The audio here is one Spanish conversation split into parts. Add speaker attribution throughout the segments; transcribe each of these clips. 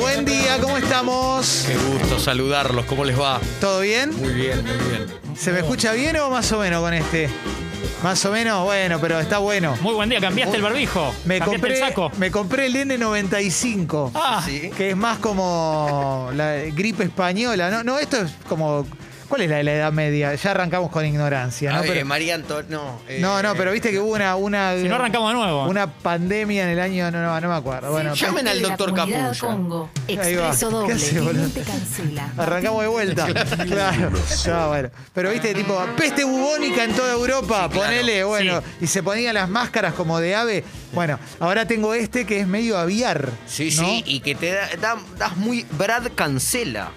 Speaker 1: Hola, ¿cómo estamos?
Speaker 2: Qué gusto saludarlos, ¿cómo les va?
Speaker 1: ¿Todo bien?
Speaker 2: Muy bien, muy bien.
Speaker 1: ¿Se me escucha bien o más o menos con este? Más o menos, bueno, pero está bueno.
Speaker 3: Muy buen día, cambiaste el barbijo.
Speaker 1: Me
Speaker 3: cambiaste
Speaker 1: compré,
Speaker 3: el saco.
Speaker 1: me compré el N95,
Speaker 3: Ah,
Speaker 2: Sí.
Speaker 1: que es más como la gripe española. No, no, esto es como. ¿Cuál es la de la Edad Media? Ya arrancamos con ignorancia, ¿no?
Speaker 2: Ah, eh,
Speaker 1: Pero-
Speaker 2: María Antonio. No, eh,
Speaker 1: no, no, pero viste que hubo una, una,
Speaker 3: si no arrancamos de nuevo.
Speaker 1: una pandemia en el año. No, no, no me acuerdo. Bueno,
Speaker 2: Llamen al
Speaker 4: La
Speaker 2: doctor
Speaker 4: comunidad
Speaker 2: Capullo.
Speaker 4: Congo,
Speaker 1: Ahí va.
Speaker 4: expreso
Speaker 1: ¿Qué
Speaker 4: doble,
Speaker 1: hace,
Speaker 4: que
Speaker 1: boludo?
Speaker 4: no te cancela.
Speaker 1: Arrancamos de vuelta. Claro. No, bueno. Pero viste, tipo, peste bubónica en toda Europa,
Speaker 2: claro.
Speaker 1: ponele, bueno. Y se ponían las máscaras como de ave. Bueno, ahora tengo este que es medio aviar.
Speaker 2: Sí,
Speaker 1: ¿no?
Speaker 2: sí, y que te da, da- das muy. Brad cancela.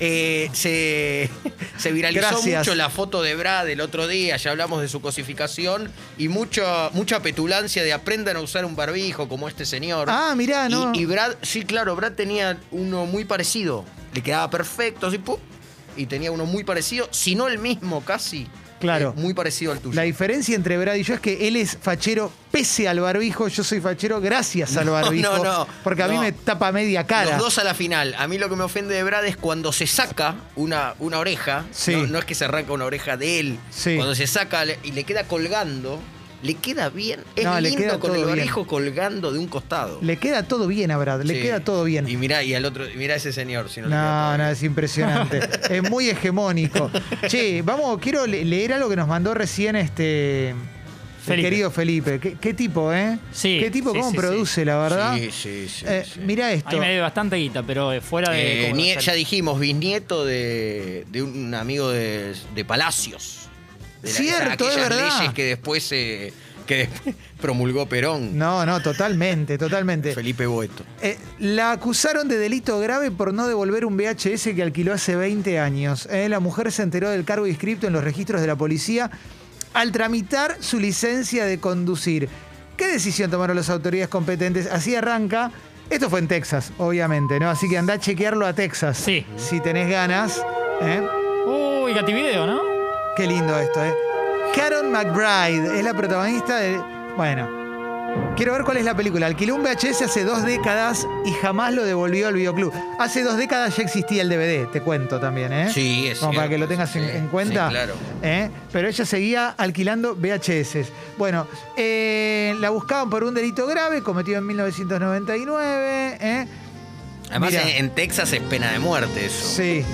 Speaker 2: Eh, se, se viralizó
Speaker 1: Gracias.
Speaker 2: mucho la foto de Brad el otro día, ya hablamos de su cosificación y mucho, mucha petulancia de aprendan a usar un barbijo como este señor.
Speaker 1: Ah, mirá, no.
Speaker 2: Y, y Brad, sí, claro, Brad tenía uno muy parecido. Le quedaba perfecto, así, ¡pum! Y tenía uno muy parecido, si no el mismo casi.
Speaker 1: Claro.
Speaker 2: eh, muy parecido al tuyo.
Speaker 1: La diferencia entre Brad y yo es que él es fachero pese al barbijo, yo soy fachero gracias al
Speaker 2: No,
Speaker 1: barbijo.
Speaker 2: no, no,
Speaker 1: porque a mí
Speaker 2: no.
Speaker 1: me tapa media cara.
Speaker 2: Los dos a la final. A mí lo que me ofende de Brad es cuando se saca una, una oreja.
Speaker 1: Sí.
Speaker 2: No, no es que se arranca una oreja de él.
Speaker 1: Sí.
Speaker 2: Cuando se saca le- y le queda colgando, le queda bien. Es
Speaker 1: No, le
Speaker 2: lindo
Speaker 1: queda
Speaker 2: con el
Speaker 1: todo bien.
Speaker 2: barbijo colgando de un costado.
Speaker 1: Le queda todo bien a Brad, le
Speaker 2: Sí.
Speaker 1: queda todo bien.
Speaker 2: Y mirá, y al otro, y mirá ese señor. Si no, le queda
Speaker 1: No,
Speaker 2: todo
Speaker 1: no,
Speaker 2: bien.
Speaker 1: es impresionante. es muy hegemónico. Che, vamos, quiero le- leer algo que nos mandó recién este. el
Speaker 3: Felipe.
Speaker 1: querido Felipe. ¿Qué, qué tipo, eh?
Speaker 3: Sí,
Speaker 1: Qué tipo,
Speaker 3: sí,
Speaker 1: cómo
Speaker 3: sí,
Speaker 1: produce, la verdad.
Speaker 2: Sí, sí, sí.
Speaker 1: Eh,
Speaker 2: sí.
Speaker 1: Mirá
Speaker 3: A
Speaker 1: esto.
Speaker 3: mí me debe bastante guita, pero eh, fuera
Speaker 2: Eh,
Speaker 3: de.
Speaker 2: nie-
Speaker 3: como-
Speaker 2: ya dijimos, bisnieto de, de un amigo de, de Palacios. De la-
Speaker 1: Cierto, es
Speaker 2: aquellas
Speaker 1: verdad.
Speaker 2: leyes que después, eh, que después promulgó Perón.
Speaker 1: No, no, totalmente, totalmente.
Speaker 2: Felipe Boeto.
Speaker 1: Eh, la acusaron de delito grave por no devolver un VHS que alquiló hace 20 años. Eh, la mujer se enteró del cargo inscripto en los registros de la policía al tramitar su licencia de conducir. ¿Qué decisión tomaron las autoridades competentes? Así arranca. Esto fue en Texas, obviamente, ¿no? Así que anda a chequearlo a Texas.
Speaker 3: Sí.
Speaker 1: Si tenés ganas. ¿eh?
Speaker 3: Uy, Gativideo, ¿no?
Speaker 1: Qué lindo esto, ¿eh? Karen McBride es la protagonista de. Bueno, quiero ver cuál es la película. Alquiló un VHS hace dos décadas y jamás lo devolvió al videoclub. Hace dos décadas ya existía el DVD, te cuento también, ¿eh?
Speaker 2: Sí, es
Speaker 1: Como para
Speaker 2: cierto,
Speaker 1: que lo tengas en,
Speaker 2: sí,
Speaker 1: en cuenta.
Speaker 2: sí, claro.
Speaker 1: ¿eh? Pero ella seguía alquilando VHS. Bueno, eh, la buscaban por un delito grave cometido en 1999, ¿eh?
Speaker 2: Además,
Speaker 1: Mira.
Speaker 2: en, en Texas es pena de muerte eso.
Speaker 1: Sí,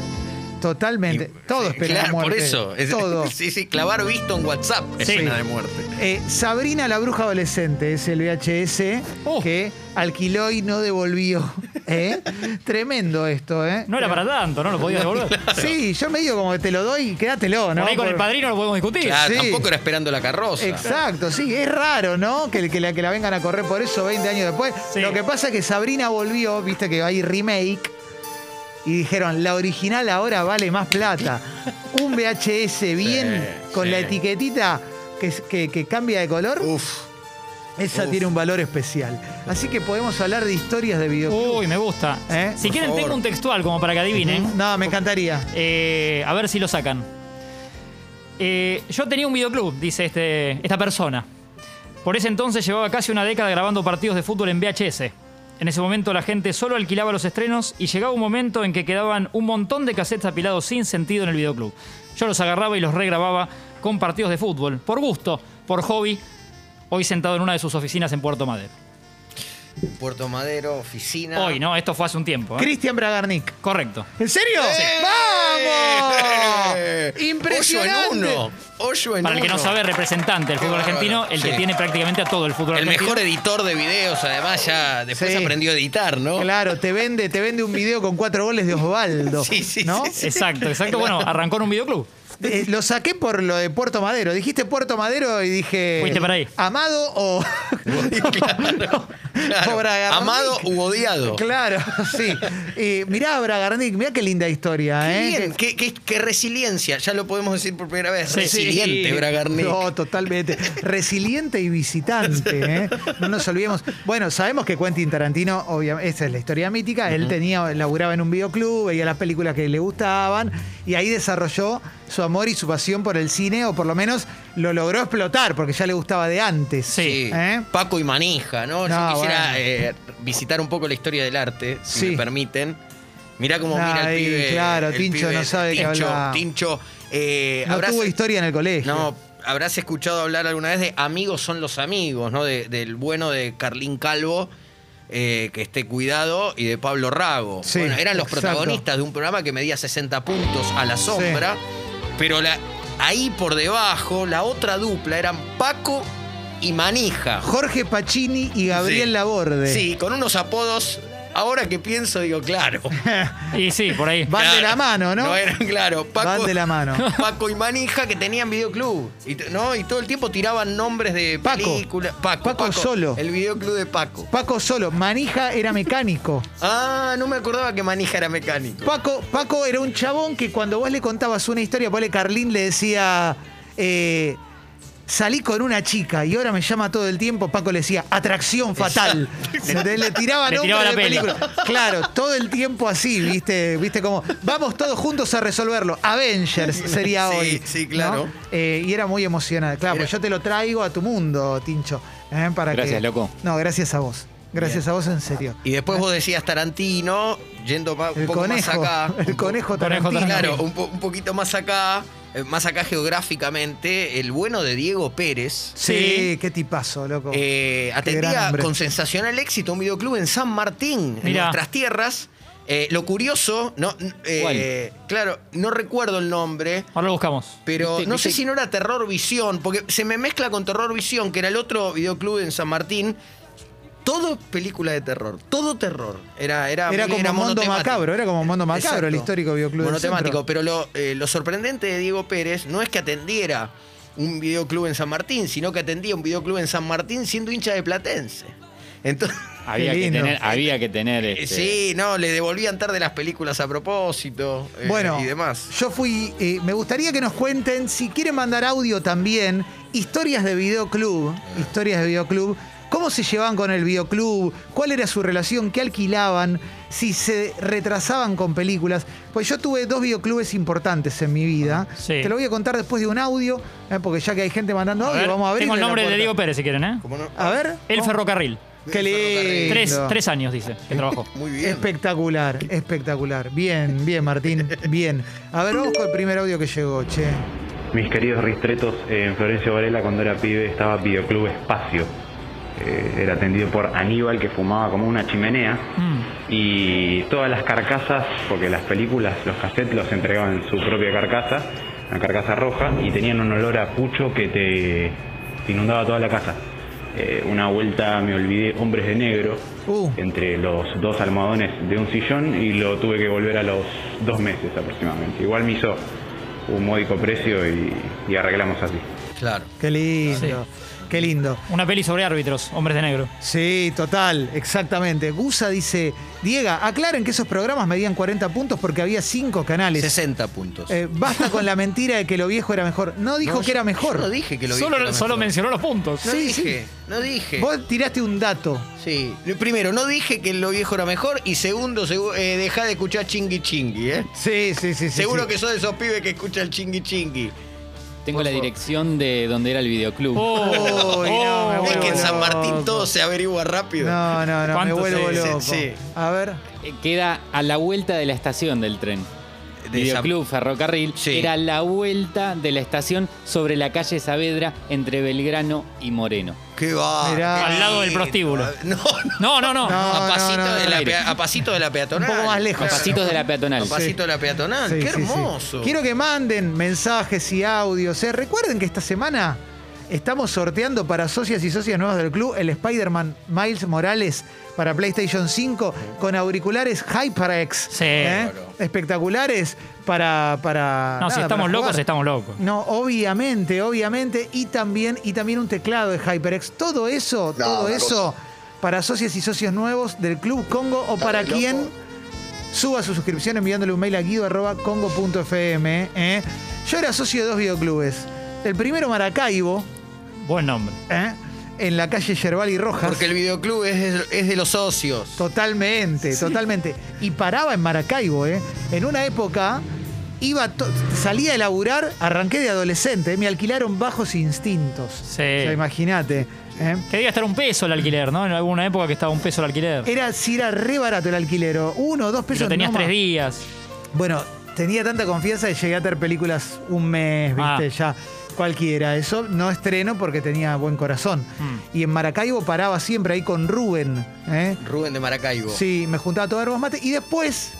Speaker 1: totalmente.
Speaker 2: Y-
Speaker 1: Todo
Speaker 2: sí,
Speaker 1: es pena de
Speaker 2: claro,
Speaker 1: muerte.
Speaker 2: por eso. Es-
Speaker 1: Todo.
Speaker 2: Sí, sí, clavar visto en WhatsApp es
Speaker 3: Sí.
Speaker 2: pena de muerte.
Speaker 1: Eh, Sabrina la bruja adolescente es el VHS
Speaker 3: Oh.
Speaker 1: que alquiló y no devolvió. ¿eh? Tremendo esto, ¿eh?
Speaker 3: No era para tanto, no lo podía devolver.
Speaker 1: Sí, yo medio como que te lo doy y quédatelo, ¿no?
Speaker 3: Por ahí con el
Speaker 1: Por-
Speaker 3: padrino lo podemos discutir.
Speaker 2: Claro,
Speaker 1: sí.
Speaker 2: tampoco era esperando la carroza.
Speaker 1: Exacto, sí, es raro, ¿no? Que, que la, que la vengan a correr por eso 20 años después.
Speaker 3: Sí.
Speaker 1: Lo que pasa es que Sabrina volvió, viste que hay remake, y dijeron, la original ahora vale más plata. Un VHS bien,
Speaker 2: Sí,
Speaker 1: con
Speaker 2: sí.
Speaker 1: la etiquetita que, es- que- que cambia de color,
Speaker 2: Uf.
Speaker 1: esa
Speaker 2: uf.
Speaker 1: tiene un valor especial. Así que podemos hablar de historias de videoclub.
Speaker 3: Uy, me gusta.
Speaker 1: Eh,
Speaker 3: Si
Speaker 2: por
Speaker 3: quieren,
Speaker 2: favor.
Speaker 3: tengo un textual como para que adivinen.
Speaker 1: No, me encantaría.
Speaker 3: Eh, a ver si lo sacan. Eh, yo tenía un videoclub, dice este, esta persona. Por ese entonces llevaba casi una década grabando partidos de fútbol en VHS. En ese momento la gente solo alquilaba los estrenos y llegaba un momento en que quedaban un montón de cassettes apilados sin sentido en el videoclub. Yo los agarraba y los regrababa con partidos de fútbol, por gusto, por hobby, hoy sentado en una de sus oficinas en Puerto Madero.
Speaker 2: Puerto Madero, oficina.
Speaker 3: Hoy, ¿no? Esto fue hace un tiempo. ¿eh?
Speaker 1: Cristian Bragarnik.
Speaker 3: Correcto.
Speaker 1: ¿En serio?
Speaker 2: Eh.
Speaker 1: ¡Vamos!
Speaker 2: Hoyo en
Speaker 1: Impresionante.
Speaker 2: uno. Hoyo en
Speaker 3: Para el que no
Speaker 2: uno.
Speaker 3: sabe, representante del
Speaker 2: Qué
Speaker 3: fútbol
Speaker 2: bárbaro.
Speaker 3: argentino, el que
Speaker 2: Sí.
Speaker 3: tiene prácticamente a todo el fútbol
Speaker 2: El
Speaker 3: argentino.
Speaker 2: mejor editor de videos, además, ya después
Speaker 1: Sí.
Speaker 2: aprendió a editar, ¿no?
Speaker 1: Claro, te vende, te vende un video con cuatro goles de Osvaldo.
Speaker 2: Sí, sí,
Speaker 1: ¿no?
Speaker 2: sí, sí.
Speaker 3: Exacto, exacto. Bueno, arrancó en un videoclub.
Speaker 1: Eh, lo saqué por lo de Puerto Madero. Dijiste Puerto Madero y dije.
Speaker 3: Fuiste para ahí.
Speaker 1: ¿Amado o.?
Speaker 2: Claro, claro.
Speaker 1: O Bragarnik.
Speaker 2: Amado u odiado.
Speaker 1: Claro, sí. Eh, mirá, Bragarnik, mirá qué linda historia,
Speaker 2: Qué
Speaker 1: ¿eh?
Speaker 2: bien, qué, qué- qué resiliencia, ya lo podemos decir por primera vez.
Speaker 3: Sí, sí.
Speaker 2: Resiliente, Bragarnik.
Speaker 1: No, totalmente. Resiliente y visitante. ¿eh? No nos olvidemos. Bueno, sabemos que Quentin Tarantino, obviamente, esa es la historia mítica. Él tenía, laburaba en un videoclub, veía las películas que le gustaban y ahí desarrolló su amor y su pasión por el cine, o por lo menos lo logró explotar, porque ya le gustaba de antes.
Speaker 3: Sí.
Speaker 2: Sí.
Speaker 1: ¿Eh?
Speaker 2: Paco y Manija,
Speaker 1: No,
Speaker 2: ¿no? Yo quisiera
Speaker 1: bueno.
Speaker 2: eh, visitar un poco la historia del arte, si
Speaker 1: Sí.
Speaker 2: me permiten. Mirá cómo mira el
Speaker 1: Ay,
Speaker 2: pibe.
Speaker 1: claro,
Speaker 2: el
Speaker 1: Tincho
Speaker 2: pibe.
Speaker 1: no sabe qué
Speaker 2: Tincho,
Speaker 1: hablar.
Speaker 2: Tincho, eh,
Speaker 1: No
Speaker 2: habrás-
Speaker 1: tuvo historia en el colegio.
Speaker 2: No, habrás escuchado hablar alguna vez de amigos son los amigos, ¿no? De- del bueno de Carlín Calvo, eh, que esté cuidado, y de Pablo Rago.
Speaker 1: Sí,
Speaker 2: Bueno, eran los
Speaker 1: exacto.
Speaker 2: protagonistas de un programa que medía 60 puntos a la sombra, pero la- ahí por debajo, la otra dupla eran Paco y Manija.
Speaker 1: Jorge Pacini y Gabriel
Speaker 2: Sí.
Speaker 1: Laborde.
Speaker 2: Sí, con unos apodos. Ahora que pienso, digo, claro.
Speaker 3: Y sí, por ahí.
Speaker 1: Van de la mano, ¿no?
Speaker 2: eran, claro. Paco,
Speaker 1: Van de la mano.
Speaker 2: Paco y Manija que tenían videoclub. Y, t- ¿no? y todo el tiempo tiraban nombres de
Speaker 1: Paco.
Speaker 2: películas. Paco,
Speaker 1: Paco solo.
Speaker 2: El videoclub de Paco.
Speaker 1: Paco solo, Manija era mecánico.
Speaker 2: Ah, no me acordaba que Manija era mecánico.
Speaker 1: Paco, Paco era un chabón que cuando vos le contabas una historia, ponle Carlín le decía, eh, salí con una chica y ahora me llama todo el tiempo, Paco le decía, atracción fatal. ¿Entendés? Le tiraba
Speaker 3: Le
Speaker 1: nombre
Speaker 3: tiraba la
Speaker 1: de
Speaker 3: peli.
Speaker 1: película. Claro, todo el tiempo así, viste, viste como, vamos todos juntos a resolverlo. Avengers sería
Speaker 2: Sí,
Speaker 1: hoy.
Speaker 2: sí, claro.
Speaker 1: ¿no? Eh, y era muy emocionante. Claro,
Speaker 2: Era-
Speaker 1: pues yo te lo traigo a tu mundo, Tincho. ¿eh? Para
Speaker 4: Gracias,
Speaker 1: que-
Speaker 4: loco.
Speaker 1: No, gracias a vos. Gracias a vos en serio.
Speaker 2: Y después vos decías Tarantino, yendo pa- un
Speaker 1: El
Speaker 2: poco
Speaker 1: conejo,
Speaker 2: más acá.
Speaker 1: el
Speaker 2: un po-
Speaker 1: conejo
Speaker 3: Conejo
Speaker 1: Tarantino.
Speaker 2: Claro, un, po- un poquito más acá, eh, más acá geográficamente, el bueno de Diego Pérez.
Speaker 1: Sí, qué tipazo, loco.
Speaker 2: Eh,
Speaker 1: gran
Speaker 2: atendía
Speaker 1: hombre.
Speaker 2: con sensacional éxito un videoclub en San Martín, en
Speaker 3: Mirá.
Speaker 2: nuestras tierras. Eh, lo curioso, no, n- eh, claro, no recuerdo el nombre,
Speaker 3: Ahora lo buscamos.
Speaker 2: pero
Speaker 4: Viste-
Speaker 2: no sé
Speaker 4: viste-
Speaker 2: si no era Terror Visión, porque se me mezcla con Terror Visión, que era el otro videoclub en San Martín. Todo película de terror, todo terror. Era, era,
Speaker 1: Era
Speaker 2: muy-
Speaker 1: como Mondo
Speaker 2: monotemático.
Speaker 1: Macabro, era como Mondo Macabro,
Speaker 2: Exacto.
Speaker 1: el histórico videoclub del
Speaker 2: Monotemático,
Speaker 1: centro.
Speaker 2: pero lo, eh, lo sorprendente de Diego Pérez no es que atendiera un videoclub en San Martín, sino que atendía un videoclub en San Martín siendo hincha de Platense. Entonces,
Speaker 4: Había que
Speaker 1: lindo.
Speaker 4: tener, había que tener.
Speaker 2: eh,
Speaker 4: este,
Speaker 2: sí, no, le devolvían tarde las películas a propósito eh,
Speaker 1: Bueno,
Speaker 2: y demás.
Speaker 1: yo fui. eh, me gustaría que nos cuenten, si quieren mandar audio también, historias de videoclub. Historias de videoclub. ¿Cómo se llevaban con el videoclub? ¿Cuál era su relación? ¿Qué alquilaban? Si se retrasaban con películas. Pues yo tuve dos videoclubes importantes en mi vida.
Speaker 3: Ah, Sí.
Speaker 1: Te lo voy a contar después de un audio, eh, porque ya que hay gente mandando
Speaker 3: A
Speaker 1: audio,
Speaker 3: ver,
Speaker 1: vamos a abrir.
Speaker 3: tengo el nombre de Diego Pérez, si quieren, ¿eh?
Speaker 2: Como no-
Speaker 1: A ver.
Speaker 3: El
Speaker 1: ¿Cómo?
Speaker 3: ferrocarril.
Speaker 1: Qué lindo.
Speaker 3: Tres, tres años, dice, que trabajó.
Speaker 2: Muy bien.
Speaker 1: Espectacular, espectacular. Bien, bien, Martín, bien. A ver, vamos con el primer audio que llegó, che.
Speaker 5: Mis queridos ristretos, eh, en Florencio Varela cuando era pibe estaba Videoclub Espacio. Eh, era atendido por Aníbal que fumaba como una chimenea
Speaker 3: Mm.
Speaker 5: y todas las carcasas, porque las películas, los cassettes los entregaban en su propia carcasa, una carcasa roja, y tenían un olor a pucho que te, te inundaba toda la casa. Eh, una vuelta me olvidé Hombres de Negro
Speaker 1: Uh.
Speaker 5: entre los dos almohadones de un sillón y lo tuve que volver a los dos meses aproximadamente. Igual me hizo un módico precio y- y arreglamos así.
Speaker 2: Claro.
Speaker 1: Qué lindo, qué lindo.
Speaker 3: Una peli sobre árbitros, hombres de negro.
Speaker 1: Sí, total, exactamente. Gusa dice, Diego, aclaren que esos programas medían 40 puntos porque había 5 canales.
Speaker 2: 60 puntos.
Speaker 1: Eh, basta con la mentira de que lo viejo era mejor. No dijo
Speaker 2: No,
Speaker 1: que era
Speaker 2: yo-
Speaker 1: mejor.
Speaker 2: Yo no dije que lo
Speaker 3: Solo,
Speaker 2: dije.
Speaker 3: solo mencionó los puntos.
Speaker 2: No
Speaker 1: Sí,
Speaker 2: dije, no dije.
Speaker 1: Vos tiraste un dato.
Speaker 2: Sí. Primero, no dije que lo viejo era mejor. Y segundo, segu- eh, dejá de escuchar chingui chingui, ¿eh?
Speaker 1: Sí, sí, sí. sí,
Speaker 2: Seguro
Speaker 1: sí.
Speaker 2: que sos de esos pibes que escucha el chingui chingui.
Speaker 4: Tengo la dirección de donde era el videoclub.
Speaker 3: Oh,
Speaker 1: Uy, no, me
Speaker 3: oh.
Speaker 2: Es
Speaker 1: vuelvo
Speaker 2: que en San
Speaker 1: loco.
Speaker 2: Martín todo se averigua rápido.
Speaker 1: No, no, no, me
Speaker 3: ¿Cuántos?
Speaker 1: vuelvo
Speaker 2: Sí, sí,
Speaker 1: loco.
Speaker 2: sí.
Speaker 1: A ver.
Speaker 4: Eh, Queda a la vuelta de la estación del tren.
Speaker 2: De esa-
Speaker 4: Videoclub Ferrocarril
Speaker 2: Sí.
Speaker 4: era la vuelta de la estación sobre la calle Saavedra entre Belgrano y Moreno.
Speaker 2: Qué va.
Speaker 1: Mirá.
Speaker 2: qué
Speaker 1: Al
Speaker 3: lado del
Speaker 2: lindo.
Speaker 3: prostíbulo.
Speaker 2: No, no.
Speaker 3: No, no, no.
Speaker 1: No.
Speaker 2: a, pasito de la
Speaker 4: no.
Speaker 2: pea- a pasito de la peatonal.
Speaker 1: Un poco más lejos.
Speaker 4: A pasitos de la
Speaker 2: A
Speaker 4: peatonal.
Speaker 2: pasito de la peatonal.
Speaker 1: Sí, sí,
Speaker 2: Qué
Speaker 1: sí.
Speaker 2: hermoso.
Speaker 1: Quiero que manden mensajes y audios. eh. Recuerden que esta semana estamos sorteando para socias y socias nuevas del club el Spider-Man Miles Morales para PlayStation 5 con auriculares HyperX. ¿Eh?
Speaker 3: Sí.
Speaker 2: Claro.
Speaker 1: Espectaculares para. para
Speaker 3: No, si
Speaker 1: nada,
Speaker 3: estamos
Speaker 1: para
Speaker 3: locos,
Speaker 1: jugar.
Speaker 3: estamos locos.
Speaker 1: No, obviamente, obviamente. Y también, y también un teclado de HyperX. Todo eso, todo eso para socias y socios nuevos del Club Congo o para quien suba su suscripción enviándole un mail a guido.congo.fm. ¿eh? Yo era socio de dos videoclubes. El primero Maracaibo,
Speaker 3: Buen nombre.
Speaker 1: ¿eh? en la calle Yerbal y Rojas.
Speaker 2: Porque el videoclub es, es de los socios.
Speaker 1: Totalmente, totalmente. Y paraba en Maracaibo, ¿eh? En una época iba to- salía a laburar, arranqué de adolescente, ¿eh? me alquilaron bajos instintos.
Speaker 3: Sí.
Speaker 1: O sea, imagínate. ¿eh?
Speaker 3: Que debía estar un peso el alquiler, ¿no? En alguna época que estaba un peso el alquiler. Y
Speaker 1: Era, si era re barato el alquilero. Uno, dos pesos.
Speaker 3: lo tenías
Speaker 1: Eh, no
Speaker 3: tres
Speaker 1: más.
Speaker 3: días.
Speaker 1: Bueno, tenía tanta confianza que llegué a tener películas un mes, viste,
Speaker 3: Ah.
Speaker 1: ya cualquiera. Eso no estreno porque tenía buen corazón.
Speaker 3: Mm.
Speaker 1: Y en Maracaibo paraba siempre ahí con Rubén. ¿eh?
Speaker 2: Rubén de Maracaibo.
Speaker 1: Sí, me juntaba a tomar unos mates. Y después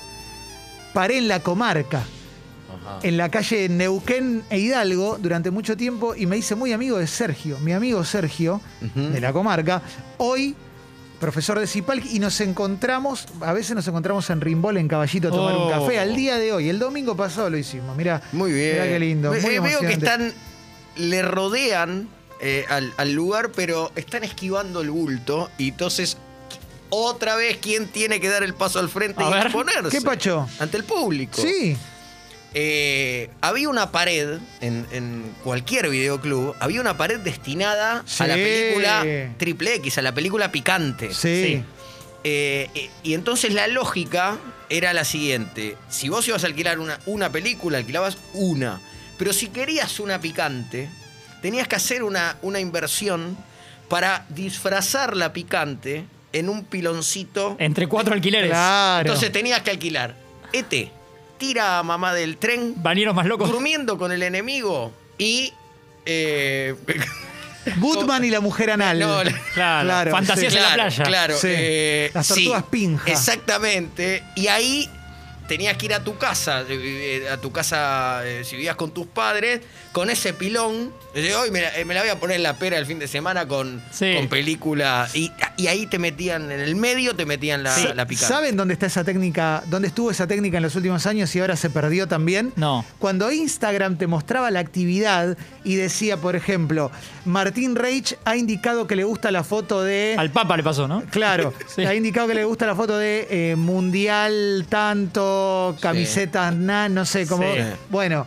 Speaker 1: paré en la comarca,
Speaker 2: Ajá.
Speaker 1: en la calle Neuquén e Hidalgo, durante mucho tiempo. Y me hice muy amigo de Sergio, mi amigo Sergio,
Speaker 2: Ujú.
Speaker 1: de la comarca. Hoy. Profesor de Cipal, y nos encontramos, a veces nos encontramos en Rimbol, en Caballito, a tomar un
Speaker 3: Oh.
Speaker 1: café. Al día de hoy, el domingo pasado lo hicimos. Mira,
Speaker 2: Muy bien.
Speaker 1: Mirá qué lindo.
Speaker 2: Ve-
Speaker 1: muy
Speaker 2: eh, veo que
Speaker 1: emocionante.
Speaker 2: están. Le rodean eh, al, al lugar, pero están esquivando el bulto. Y entonces, otra vez, ¿quién tiene que dar el paso al frente
Speaker 3: A
Speaker 2: y
Speaker 3: ver.
Speaker 2: exponerse?
Speaker 1: ¿Qué pacho?
Speaker 2: Ante el público.
Speaker 1: Sí,
Speaker 2: Eh, había una pared en, en cualquier videoclub, había una pared destinada a la
Speaker 1: Sí.
Speaker 2: película Triple X, a la película picante.
Speaker 1: sí.
Speaker 3: Sí.
Speaker 2: Eh, eh, y entonces la lógica era la siguiente: si vos ibas a alquilar una, una película, alquilabas una. Pero si querías una picante, tenías que hacer una, una inversión para disfrazar la picante en un piloncito.
Speaker 3: Entre cuatro alquileres.
Speaker 1: Claro.
Speaker 2: Entonces tenías que alquilar. Ete, tira a mamá del tren,
Speaker 3: Banieros más locos.
Speaker 2: durmiendo con el enemigo y. eh,
Speaker 1: Goodman y la mujer anal.
Speaker 2: No, la-
Speaker 3: Claro.
Speaker 1: Claro,
Speaker 3: Fantasías
Speaker 1: sí.
Speaker 3: en la
Speaker 2: Claro,
Speaker 3: playa.
Speaker 2: Claro,
Speaker 1: Sí.
Speaker 2: eh,
Speaker 1: Las tortugas
Speaker 2: sí,
Speaker 1: pinja.
Speaker 2: Exactamente. Y ahí tenías que ir a tu casa, eh, eh, a tu casa, eh, si vivías con tus padres, con ese pilón. De hoy me, la- eh, me la voy a poner en la pera el fin de semana con,
Speaker 3: Sí.
Speaker 2: con película. Y, y ahí te metían, en el medio te metían la,
Speaker 1: Sí.
Speaker 2: la picante.
Speaker 1: ¿Saben dónde está esa técnica? ¿Dónde estuvo esa técnica en los últimos años y ahora se perdió también?
Speaker 3: No.
Speaker 1: Cuando Instagram te mostraba la actividad y decía, por ejemplo, Martín Reich ha indicado que le gusta la foto de.
Speaker 3: Al Papa le pasó, ¿no?
Speaker 1: Claro,
Speaker 3: Sí.
Speaker 1: ha indicado que le gusta la foto de eh, Mundial tanto, camisetas na, no sé cómo.
Speaker 3: Sí.
Speaker 1: Bueno,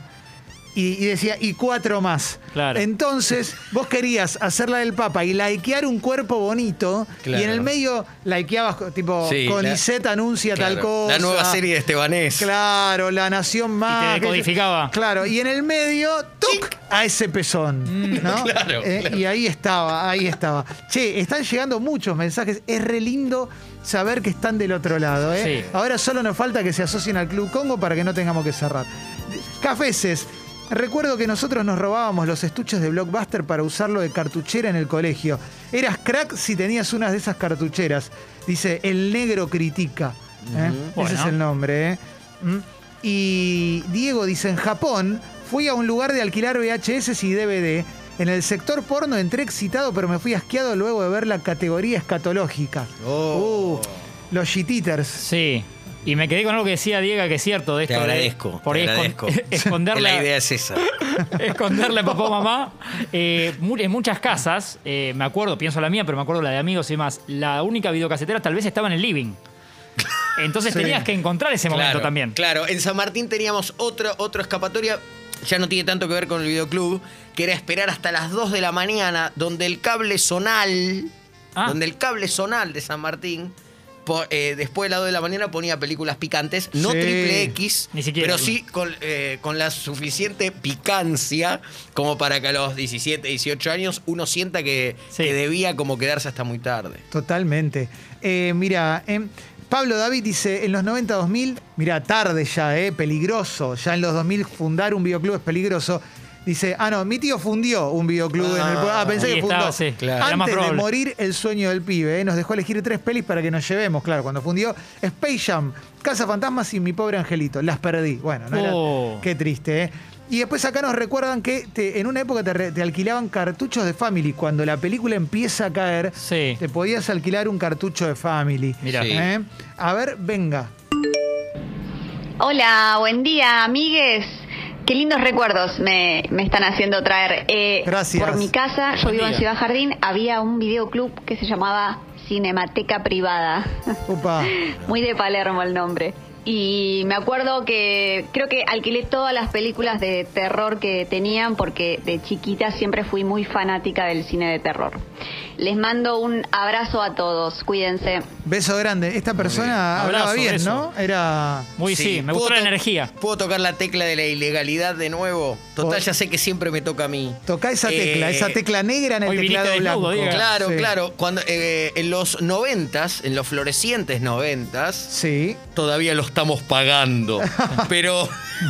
Speaker 1: y, y decía, y cuatro más.
Speaker 3: Claro.
Speaker 1: Entonces, vos querías hacer la del Papa y likear un cuerpo bonito, y en
Speaker 2: Claro.
Speaker 1: el medio likeabas, co- tipo,
Speaker 2: Sí, la-
Speaker 1: Conicet anuncia
Speaker 2: Claro,
Speaker 1: tal cosa.
Speaker 2: La nueva serie de Estebanés.
Speaker 1: Claro, La Nación más. aquello.
Speaker 3: decodificaba.
Speaker 1: Claro, y en el medio, ¡tuc! a ese pezón. ¿no?
Speaker 2: Mm, claro,
Speaker 1: Eh,
Speaker 2: claro.
Speaker 1: Y ahí estaba, ahí estaba. Che, están llegando muchos mensajes. Es re lindo saber que están del otro lado. ¿eh?
Speaker 3: Sí.
Speaker 1: Ahora solo nos falta que se asocien al Club Congo para que no tengamos que cerrar. Cafeses. Recuerdo que nosotros nos robábamos los estuches de Blockbuster para usarlo de cartuchera en el colegio. Eras crack si tenías una de esas cartucheras. Dice, el negro critica. ¿eh? Ese es
Speaker 3: Bueno.
Speaker 1: el nombre. ¿eh? Mm. Y Diego dice, en Japón fui a un lugar de alquilar VHS y DVD. En el sector porno entré excitado, pero me fui asqueado luego de ver la categoría escatológica. Uh,
Speaker 2: Oh.
Speaker 1: los shititers.
Speaker 3: Sí. Y me quedé con algo que decía Diego, que es cierto de
Speaker 2: Te
Speaker 3: esto. de-
Speaker 2: agradezco.
Speaker 3: por
Speaker 2: te
Speaker 3: ahí escon-
Speaker 2: agradezco.
Speaker 3: esconderla.
Speaker 2: La idea es esa.
Speaker 3: esconderle a papá o mamá. Eh, mu- en muchas casas, eh, me acuerdo, pienso la mía, pero me acuerdo la de amigos y más, la única videocasetera tal vez estaba en el living. Entonces
Speaker 1: Sí.
Speaker 3: tenías que encontrar ese momento
Speaker 2: Claro,
Speaker 3: también.
Speaker 2: Claro, en San Martín teníamos otra, otra escapatoria, ya no tiene tanto que ver con el videoclub, que era esperar hasta las 2 de la mañana, donde el cable zonal,
Speaker 3: Ah.
Speaker 2: donde el cable zonal de San Martín, po- eh, después de las 2 de la mañana ponía películas picantes, no
Speaker 1: Sí.
Speaker 2: triple X,
Speaker 3: Ni siquiera.
Speaker 2: pero sí con, eh, con la suficiente picancia como para que a los 17, 18 años uno sienta que,
Speaker 3: Sí.
Speaker 2: que debía como quedarse hasta muy tarde.
Speaker 1: Totalmente. Eh, mira, em, Pablo David dice, en los 90-2000, mira, tarde ya, eh, peligroso. Ya en los 2000 fundar un videoclub es peligroso. Dice, ah, no, mi tío fundió un videoclub en el pueblo. Ah, pensé
Speaker 3: Ahí
Speaker 1: que fundó.
Speaker 3: estaba, sí, claro. Era más
Speaker 1: Antes de
Speaker 3: probable.
Speaker 1: morir el sueño del pibe, eh, nos dejó elegir tres pelis para que nos llevemos, claro, cuando fundió Space Jam, Casa Fantasmas y Mi Pobre Angelito. Las perdí. Bueno, no era-
Speaker 3: Oh.
Speaker 1: Qué triste, ¿eh? Y después acá nos recuerdan que te- en una época te, re- te alquilaban cartuchos de Family. Cuando la película empieza a caer,
Speaker 3: Sí.
Speaker 1: te podías alquilar un cartucho de Family.
Speaker 3: Mirá.
Speaker 2: Sí.
Speaker 1: ¿Eh? A ver, venga.
Speaker 6: Hola, buen día, amigues. Qué lindos recuerdos me, me están haciendo traer. Eh,
Speaker 1: Gracias.
Speaker 6: Por mi casa, yo
Speaker 3: Buen
Speaker 6: vivo en
Speaker 3: día.
Speaker 6: Ciudad Jardín, había un videoclub que se llamaba Cinemateca Privada.
Speaker 1: Upa.
Speaker 6: Muy de Palermo el nombre. Y me acuerdo que creo que alquilé todas las películas de terror que tenían porque de chiquita siempre fui muy fanática del cine de terror. Les mando un abrazo a todos, cuídense.
Speaker 1: Beso grande. Esta persona
Speaker 3: bien.
Speaker 1: hablaba
Speaker 3: Abrazo,
Speaker 1: bien,
Speaker 3: beso.
Speaker 1: ¿no? Era.
Speaker 3: Muy sí, me gustó
Speaker 2: ¿Puedo
Speaker 3: la
Speaker 2: to-
Speaker 3: energía.
Speaker 2: ¿Puedo tocar la tecla de la ilegalidad de nuevo? Total,
Speaker 1: Por-
Speaker 2: ya sé que siempre me toca a mí.
Speaker 1: Tocá esa tecla,
Speaker 2: Eh,
Speaker 1: esa tecla negra en el
Speaker 3: hoy viniste
Speaker 1: teclado
Speaker 3: desnudo,
Speaker 1: blanco.
Speaker 3: Diego.
Speaker 2: Claro,
Speaker 1: Sí.
Speaker 2: claro. Cuando, eh, en los noventas, en los florecientes noventas,
Speaker 1: Sí.
Speaker 2: todavía lo estamos pagando. Pero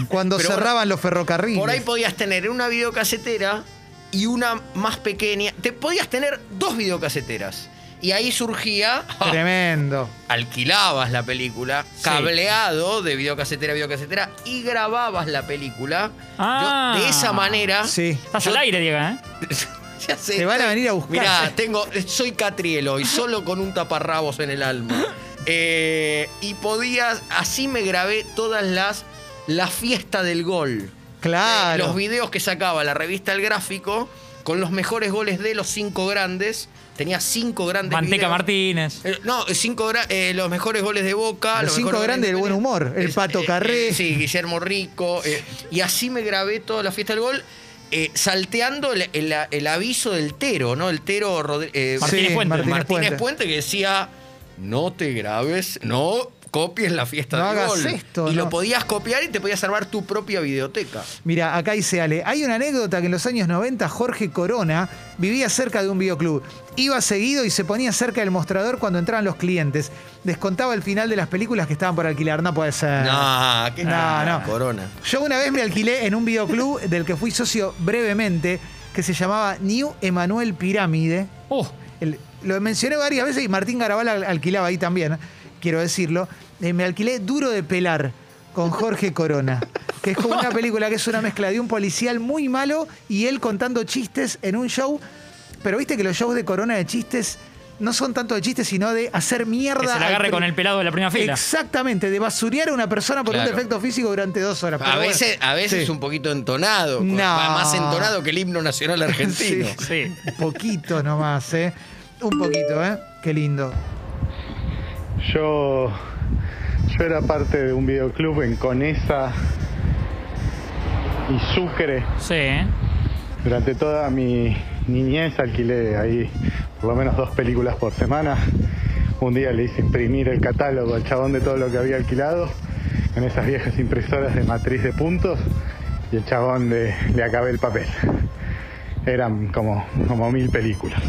Speaker 1: Cuando
Speaker 2: Pero bueno,
Speaker 1: cerraban los ferrocarriles.
Speaker 2: por ahí podías tener una videocasetera y una más pequeña. Te podías tener dos videocaseteras. Y ahí surgía.
Speaker 1: Tremendo.
Speaker 2: alquilabas la película, cableado de videocasetera a videocasetera y grababas la película.
Speaker 3: Ah.
Speaker 2: Yo, de esa manera.
Speaker 1: Sí.
Speaker 3: Estás
Speaker 2: Yo-
Speaker 3: al aire, Diego, ¿eh?
Speaker 2: Ya sé,
Speaker 1: Te van a
Speaker 2: estoy-
Speaker 1: venir a buscar.
Speaker 2: Mirá, tengo, soy Catriel hoy, solo con un taparrabos en el alma. Eh, y podías, así me grabé todas las. La fiesta del gol. Eh,
Speaker 1: Claro.
Speaker 2: Los videos que sacaba la revista El Gráfico con los mejores goles de los cinco grandes. Tenía cinco grandes
Speaker 3: Manteca
Speaker 2: videos.
Speaker 3: Martínez.
Speaker 2: Eh, No, cinco gra- eh, los mejores goles de Boca.
Speaker 1: Los cinco
Speaker 2: mejores
Speaker 1: grandes del
Speaker 2: goles de
Speaker 1: buen
Speaker 2: Independiente.
Speaker 1: humor. El Pato Carré.
Speaker 2: sí, Guillermo Rico. eh, y así me grabé toda la fiesta del gol, eh, salteando el, el- el aviso del Tero, ¿no? El Tero Rodri- eh,
Speaker 3: Martínez
Speaker 1: sí,
Speaker 3: Puente.
Speaker 1: Martínez,
Speaker 2: Martínez
Speaker 1: Puente.
Speaker 2: Puente. que decía, no te grabes, no copies la fiesta
Speaker 1: No
Speaker 2: del
Speaker 1: hagas
Speaker 2: gol.
Speaker 1: esto,
Speaker 2: y
Speaker 1: no.
Speaker 2: lo podías copiar y te podías salvar tu propia videoteca.
Speaker 1: Mira, acá dice Ale, hay una anécdota que en los años 90 Jorge Corona vivía cerca de un videoclub. Iba seguido y se ponía cerca del mostrador cuando entraban los clientes. Descontaba el final de las películas que estaban por alquilar. No puede ser.
Speaker 2: No, qué
Speaker 1: Ah. No,
Speaker 2: nada,
Speaker 1: no.
Speaker 2: corona.
Speaker 1: Yo una vez me alquilé en un videoclub del que fui socio brevemente, que se llamaba New Emanuel Pirámide.
Speaker 3: Uh,
Speaker 1: El- lo mencioné varias veces y Martín Garabal al- alquilaba ahí también, ¿eh? quiero decirlo. Eh, me alquilé Duro de Pelar con Jorge Corona, que es como una película que es una mezcla de un policial muy malo y él contando chistes en un show. Pero viste que los shows de Corona de chistes no son tanto de chistes, sino de hacer mierda.
Speaker 3: que se la
Speaker 1: al
Speaker 3: agarre
Speaker 1: pri-
Speaker 3: con el pelado de la primera fila.
Speaker 1: Exactamente, de basurear a una persona por un
Speaker 2: Claro.
Speaker 1: defecto físico durante dos horas.
Speaker 2: A
Speaker 1: Pero bueno,
Speaker 2: veces, a veces
Speaker 1: sí.
Speaker 2: un poquito entonado,
Speaker 1: No.
Speaker 2: más entonado que el himno nacional argentino.
Speaker 1: Sí.
Speaker 3: Sí.
Speaker 1: Poquito nomás, ¿eh? Un poquito, ¿eh? Qué lindo.
Speaker 7: Yo, yo era parte de un videoclub en Conesa y Sucre.
Speaker 3: Sí, ¿eh?
Speaker 7: Durante toda mi niñez alquilé ahí por lo menos dos películas por semana. Un día le hice imprimir el catálogo al chabón de todo lo que había alquilado en esas viejas impresoras de matriz de puntos y el chabón le, le acabé el papel. Eran como, como mil películas.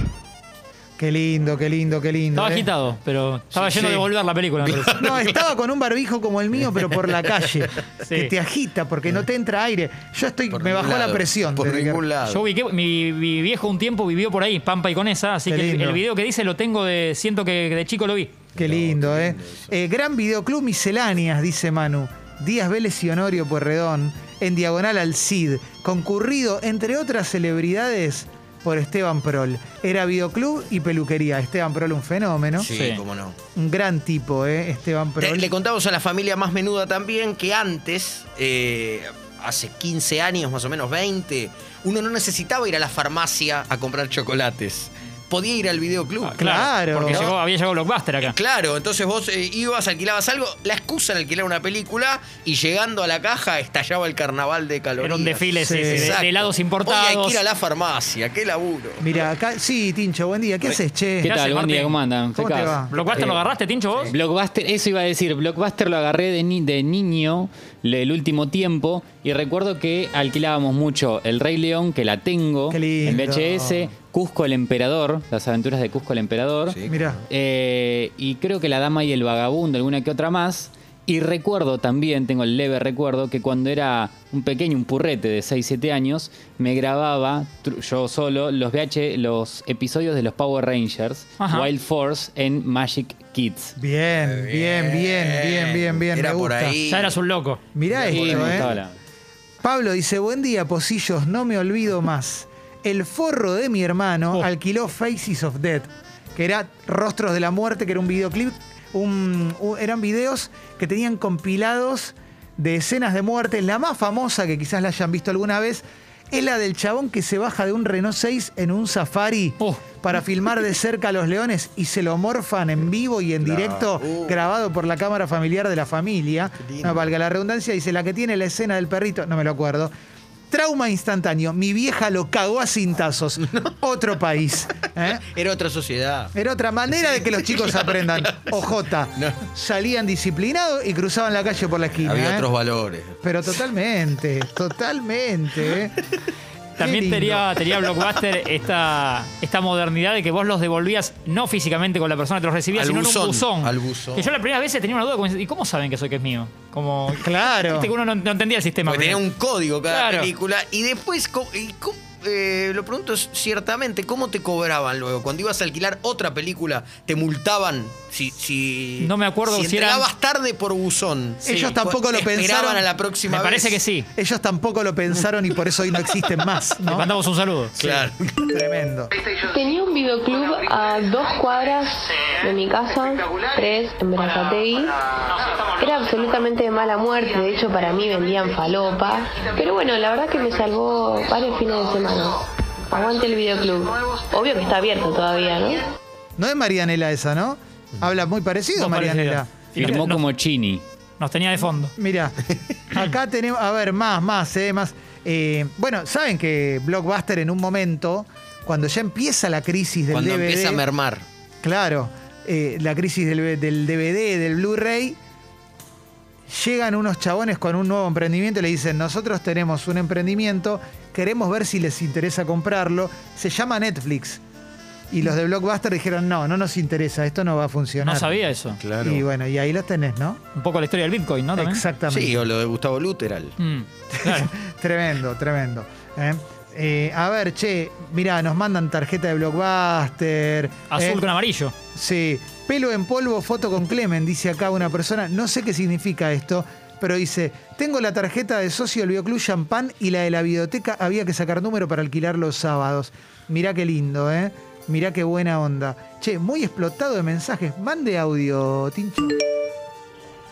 Speaker 1: Qué lindo, qué lindo, qué lindo.
Speaker 3: Estaba
Speaker 1: ¿eh?
Speaker 3: agitado, pero estaba
Speaker 2: Sí,
Speaker 3: lleno de
Speaker 2: sí.
Speaker 3: volver la película. me parece.
Speaker 1: No, estaba con un barbijo como el mío, pero por la calle.
Speaker 3: Sí.
Speaker 1: Que te agita porque no te entra aire. Yo estoy,
Speaker 2: Por
Speaker 1: me
Speaker 2: ningún
Speaker 1: bajó la
Speaker 2: lado,
Speaker 1: presión.
Speaker 2: Por
Speaker 1: desde que-
Speaker 2: ningún lado.
Speaker 3: Yo ubiqué, mi, mi viejo un tiempo vivió por ahí, Pampa y Conesa, así
Speaker 1: Qué
Speaker 3: que el,
Speaker 1: lindo.
Speaker 3: el video que dice lo tengo de. Siento que de chico lo vi.
Speaker 1: Qué lindo, ¿eh? Eh, Gran videoclub misceláneas, dice Manu. Díaz Vélez y Honorio Puerredón, en diagonal al CID, concurrido, entre otras celebridades, por Esteban Prol. Era videoclub y peluquería. Esteban Prol, un fenómeno.
Speaker 2: Sí,
Speaker 3: Sí.
Speaker 2: cómo no.
Speaker 1: Un gran tipo, ¿eh? Esteban
Speaker 2: Te-
Speaker 1: Prol.
Speaker 2: le contamos a la familia más menuda también que antes, eh, hace 15 años, más o menos 20, uno no necesitaba ir a la farmacia a comprar chocolates. Podía ir al videoclub.
Speaker 3: Ah,
Speaker 1: Claro.
Speaker 3: Porque
Speaker 1: No.
Speaker 3: llegó- había llegado Blockbuster acá.
Speaker 2: Claro, entonces vos eh, ibas, alquilabas algo, la excusa en alquilar una película y llegando a la caja estallaba el carnaval de calorías.
Speaker 3: Era un desfile sí,
Speaker 1: Sí.
Speaker 3: sí, de- de,
Speaker 2: Exacto.
Speaker 3: helados
Speaker 2: Hoy hay
Speaker 3: importados.
Speaker 2: que ir a la farmacia, qué laburo.
Speaker 1: Mira, acá. Sí, Tincho, buen día. ¿Qué haces, che?
Speaker 4: ¿Qué
Speaker 3: haces,
Speaker 4: tal? Buen
Speaker 3: Martín?
Speaker 4: día, ¿cómo andan?
Speaker 1: ¿Cómo te
Speaker 4: Fecaos.
Speaker 1: va?
Speaker 3: ¿Blockbuster
Speaker 4: Eh,
Speaker 3: lo agarraste, Tincho, vos?
Speaker 4: Blockbuster, eso iba a decir, Blockbuster lo agarré de, ni- de niño le- el último tiempo y recuerdo que alquilábamos mucho El Rey León, que la tengo,
Speaker 1: Qué lindo.
Speaker 4: en VHS, Cusco el Emperador, las aventuras de Cusco el Emperador,
Speaker 2: Sí.
Speaker 1: Mira.
Speaker 4: eh, y creo que La Dama y el Vagabundo, alguna que otra más. Y recuerdo también, tengo el leve recuerdo, que cuando era un pequeño, un purrete de 6, 7 años, me grababa tru- yo solo los VH, los episodios de los Power Rangers,
Speaker 3: Ajá.
Speaker 4: Wild Force en Magic Kids.
Speaker 1: Bien, bien, bien, bien, bien, bien.
Speaker 2: Era
Speaker 1: me
Speaker 2: por
Speaker 1: gusta.
Speaker 2: ahí.
Speaker 3: Ya eras un loco.
Speaker 1: Mirá
Speaker 4: Sí,
Speaker 1: esto,
Speaker 4: me
Speaker 1: ¿eh?
Speaker 4: gustaba la-
Speaker 1: Pablo dice, buen día, pocillos, no me olvido más. El forro de mi hermano
Speaker 3: Oh.
Speaker 1: alquiló Faces of Death, que era Rostros de la Muerte, que era un videoclip, un- un- eran videos que tenían compilados de escenas de muerte. La más famosa, que quizás la hayan visto alguna vez, es la del chabón que se baja de un Renault 6 en un safari
Speaker 3: Oh.
Speaker 1: para filmar de cerca a los leones y se lo morfan en vivo y en directo
Speaker 2: Uh.
Speaker 1: grabado por la cámara familiar de la familia.
Speaker 2: lindo.
Speaker 1: No, valga la redundancia, dice la que tiene la escena del perrito, no me lo acuerdo. Trauma instantáneo, mi vieja lo cagó a cintazos. Otro país. ¿eh?
Speaker 2: Era otra sociedad.
Speaker 1: Era otra manera de que los chicos aprendan. Ojota.
Speaker 2: No.
Speaker 1: Salían disciplinados y cruzaban la calle por la esquina.
Speaker 2: Había
Speaker 1: ¿eh?
Speaker 2: otros valores.
Speaker 1: Pero totalmente, totalmente. ¿eh?
Speaker 3: También
Speaker 1: lindo.
Speaker 3: tenía, tenía Blockbuster esta, esta modernidad de que vos los devolvías no físicamente con la persona que te los recibía,
Speaker 2: Al
Speaker 3: sino en
Speaker 2: buzón,
Speaker 3: un buzón.
Speaker 2: al buzón.
Speaker 3: Que yo las primeras veces tenía una duda, como, ¿y cómo saben que soy que es mío? Como,
Speaker 1: Claro.
Speaker 3: viste que uno no, no entendía el sistema.
Speaker 2: Porque tenía un código cada
Speaker 3: Claro.
Speaker 2: película. Y después, co- y co- eh, lo pregunto es- ciertamente, ¿cómo te cobraban luego? Cuando ibas a alquilar otra película, ¿te multaban? Si, si-
Speaker 3: No me acuerdo
Speaker 2: si
Speaker 3: si eran-
Speaker 2: entregabas tarde por buzón.
Speaker 3: Sí.
Speaker 1: Ellos tampoco lo
Speaker 2: Esperaban
Speaker 1: pensaron.
Speaker 2: a la próxima
Speaker 3: Me parece
Speaker 2: vez.
Speaker 3: que sí.
Speaker 1: Ellos tampoco lo pensaron y por eso hoy no existen más.
Speaker 3: Le
Speaker 1: ¿no?
Speaker 3: mandamos un saludo.
Speaker 2: Claro.
Speaker 1: Tremendo.
Speaker 8: Tenía un videoclub a dos cuadras de mi casa, tres, en Berazategui. Era absolutamente de mala muerte, de hecho para mí vendían falopa. Pero bueno, la verdad que me salvó varios fines de semana. Aguante el videoclub. Obvio que está abierto todavía, ¿no?
Speaker 1: No es Marianela esa, ¿no? Habla muy parecido
Speaker 3: No,
Speaker 1: Marianela.
Speaker 3: parecido. Y
Speaker 4: Firmó
Speaker 3: nos-
Speaker 4: como Chini.
Speaker 3: Nos tenía de fondo.
Speaker 1: Mira, acá tenemos, a ver, más, más, eh, más. Eh, bueno, saben que Blockbuster en un momento, cuando ya empieza la crisis del
Speaker 2: Cuando
Speaker 1: DVD,
Speaker 2: empieza a mermar.
Speaker 1: Claro, eh, la crisis del, del DVD, del Blu-ray. Llegan unos chabones con un nuevo emprendimiento y le dicen, nosotros tenemos un emprendimiento, queremos ver si les interesa comprarlo. Se llama Netflix. Y los de Blockbuster dijeron, no, no nos interesa, esto no va a funcionar.
Speaker 3: No sabía eso.
Speaker 1: Y bueno, y ahí los tenés, ¿no?
Speaker 3: Un poco la historia del Bitcoin, ¿no? También.
Speaker 1: Exactamente.
Speaker 2: Sí, o lo de Gustavo Luteral.
Speaker 3: Mm, claro.
Speaker 1: Tremendo, tremendo. ¿eh? Eh, a ver, che, mirá, nos mandan tarjeta de Blockbuster.
Speaker 3: Azul
Speaker 1: ¿eh?
Speaker 3: con amarillo.
Speaker 1: Sí, pelo en polvo, foto con Clemen, dice acá una persona. No sé qué significa esto, pero dice: Tengo la tarjeta de socio del Bioclub Champán y la de la biblioteca. Había que sacar número para alquilar los sábados. Mirá qué lindo, ¿eh? Mirá qué buena onda. Che, muy explotado de mensajes. Mande audio, Tincho.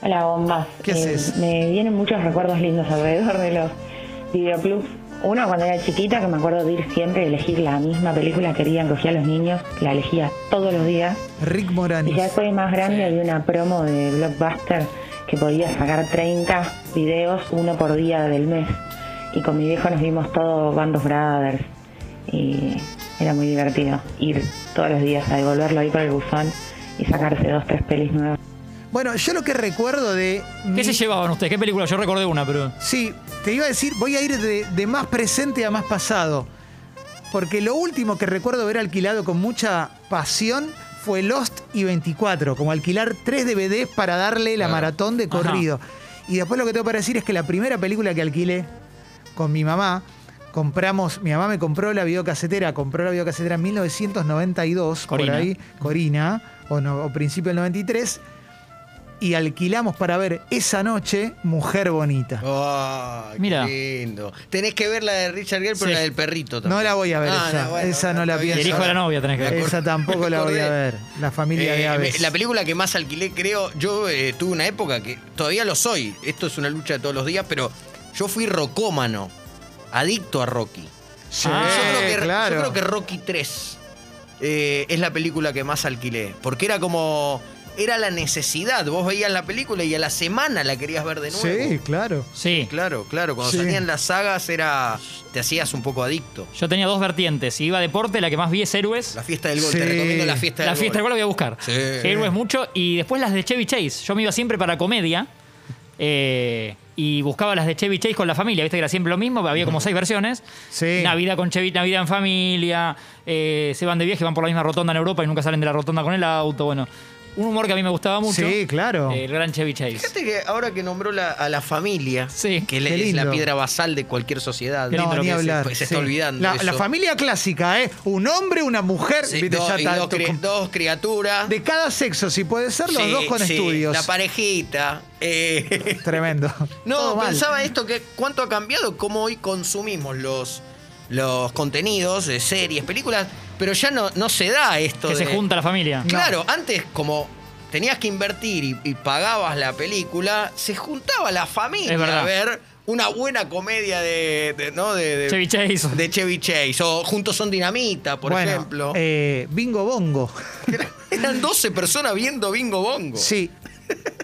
Speaker 9: Hola, bombas.
Speaker 1: ¿Qué haces?
Speaker 9: Me vienen muchos recuerdos lindos alrededor de los videoclubs. Uno, cuando era chiquita, que me acuerdo de ir siempre y elegir la misma película que querían que cogía los niños, la elegía todos los días.
Speaker 1: Rick
Speaker 9: Y
Speaker 1: Moranis.
Speaker 9: ya después de más grande había una promo de Blockbuster que podía sacar 30 videos, uno por día del mes. Y con mi viejo nos vimos todo Band of Brothers. Y era muy divertido ir todos los días a devolverlo ahí por el buzón y sacarse dos, tres pelis nuevas.
Speaker 1: Bueno, yo lo que recuerdo de. mi-
Speaker 3: ¿Qué se llevaban ustedes? ¿Qué película? Yo recordé una, pero.
Speaker 1: Sí, te iba a decir, voy a ir de, de más presente a más pasado. Porque lo último que recuerdo haber alquilado con mucha pasión fue Lost y 24, como alquilar tres DVDs para darle la
Speaker 2: Claro.
Speaker 1: maratón de corrido. Y después lo que tengo para decir es que la primera película que alquilé con mi mamá, compramos, mi mamá me compró la videocasetera, compró la videocasetera en 1992,
Speaker 3: Corina.
Speaker 1: por ahí, Corina, o, no- o principio del 93, y alquilamos para ver esa noche Mujer Bonita.
Speaker 2: Ah, qué
Speaker 3: Mira.
Speaker 2: lindo. Tenés que ver la de Richard Gere, pero
Speaker 3: Sí.
Speaker 2: la del perrito también. Ah,
Speaker 1: No la voy a ver esa. Esa no la
Speaker 2: está bien,
Speaker 1: pienso.
Speaker 3: El hijo
Speaker 2: ahora-
Speaker 3: de la novia tenés que ver.
Speaker 2: Me
Speaker 1: Esa
Speaker 2: acor-
Speaker 1: tampoco
Speaker 2: me
Speaker 1: la voy a
Speaker 2: acordé.
Speaker 1: ver. La familia de
Speaker 2: Eh,
Speaker 1: aves.
Speaker 2: me- la película que más alquilé, creo, yo eh, tuve una época que todavía lo soy. Esto es una lucha de todos los días, pero yo fui rocómano, adicto a Rocky.
Speaker 1: Sí,
Speaker 3: Ah,
Speaker 2: yo, creo que,
Speaker 1: claro.
Speaker 2: yo creo que Rocky 3 es la película que más alquilé, porque era como era la necesidad. Vos veías la película y a la semana la querías ver de nuevo.
Speaker 1: Sí, claro.
Speaker 3: Sí.
Speaker 2: Claro, claro. Cuando
Speaker 1: Sí.
Speaker 2: salían las sagas era te hacías un poco adicto.
Speaker 3: Yo tenía dos vertientes. Si iba a deporte, la que más vi es héroes.
Speaker 2: La fiesta del gol.
Speaker 1: Sí.
Speaker 2: Te recomiendo la fiesta del
Speaker 3: La fiesta,
Speaker 2: gol.
Speaker 3: igual la voy a buscar.
Speaker 2: Sí.
Speaker 3: Héroes mucho. Y después las de Chevy Chase. Yo me iba siempre para comedia. eh, y buscaba las de Chevy Chase con la familia. Viste que era siempre lo mismo. Había como seis versiones.
Speaker 1: Sí.
Speaker 3: Navidad con Chevy, Navidad en familia. eh, se van de viaje, van por la misma rotonda en Europa y nunca salen de la rotonda con el auto. Bueno, un humor que a mí me gustaba mucho.
Speaker 1: Sí, claro.
Speaker 3: Eh, El gran Chevy Chase.
Speaker 2: Fíjate que ahora que nombró la- a la familia,
Speaker 3: Sí.
Speaker 2: que
Speaker 1: Qué
Speaker 2: le- es la
Speaker 1: lindo.
Speaker 2: piedra basal de cualquier sociedad.
Speaker 3: Qué
Speaker 1: No,
Speaker 3: lindo lo
Speaker 1: ni
Speaker 3: que
Speaker 1: hablar.
Speaker 2: Pues Se, se
Speaker 1: sí.
Speaker 2: está olvidando.
Speaker 1: La,
Speaker 2: eso.
Speaker 1: la familia clásica, ¿eh? Un hombre, una mujer.
Speaker 2: Sí,
Speaker 1: viste,
Speaker 2: dos,
Speaker 1: ya
Speaker 2: y
Speaker 1: está
Speaker 2: dos
Speaker 1: todo
Speaker 2: cri-
Speaker 1: con-
Speaker 2: dos criaturas.
Speaker 1: De cada sexo, si puede ser, los
Speaker 2: Sí,
Speaker 1: dos con
Speaker 2: sí,
Speaker 1: estudios.
Speaker 2: La parejita. eh.
Speaker 1: Tremendo.
Speaker 2: no,
Speaker 1: Todo mal.
Speaker 2: pensaba esto, que cuánto ha cambiado, cómo hoy consumimos los, los contenidos de series, películas, pero ya no, no se da esto.
Speaker 3: Que se
Speaker 2: de-
Speaker 3: junta la familia.
Speaker 2: Claro, antes como tenías que invertir y, y pagabas la película, se juntaba la familia
Speaker 3: Es
Speaker 2: a
Speaker 3: verdad.
Speaker 2: ver una buena comedia de, de- ¿no? de, de-
Speaker 3: Chevy Chase.
Speaker 2: de Chevy Chase. O Juntos son Dinamita, por
Speaker 1: Bueno,
Speaker 2: ejemplo.
Speaker 1: eh, bingo Bongo.
Speaker 2: Eran 12 personas viendo Bingo Bongo.
Speaker 1: Sí.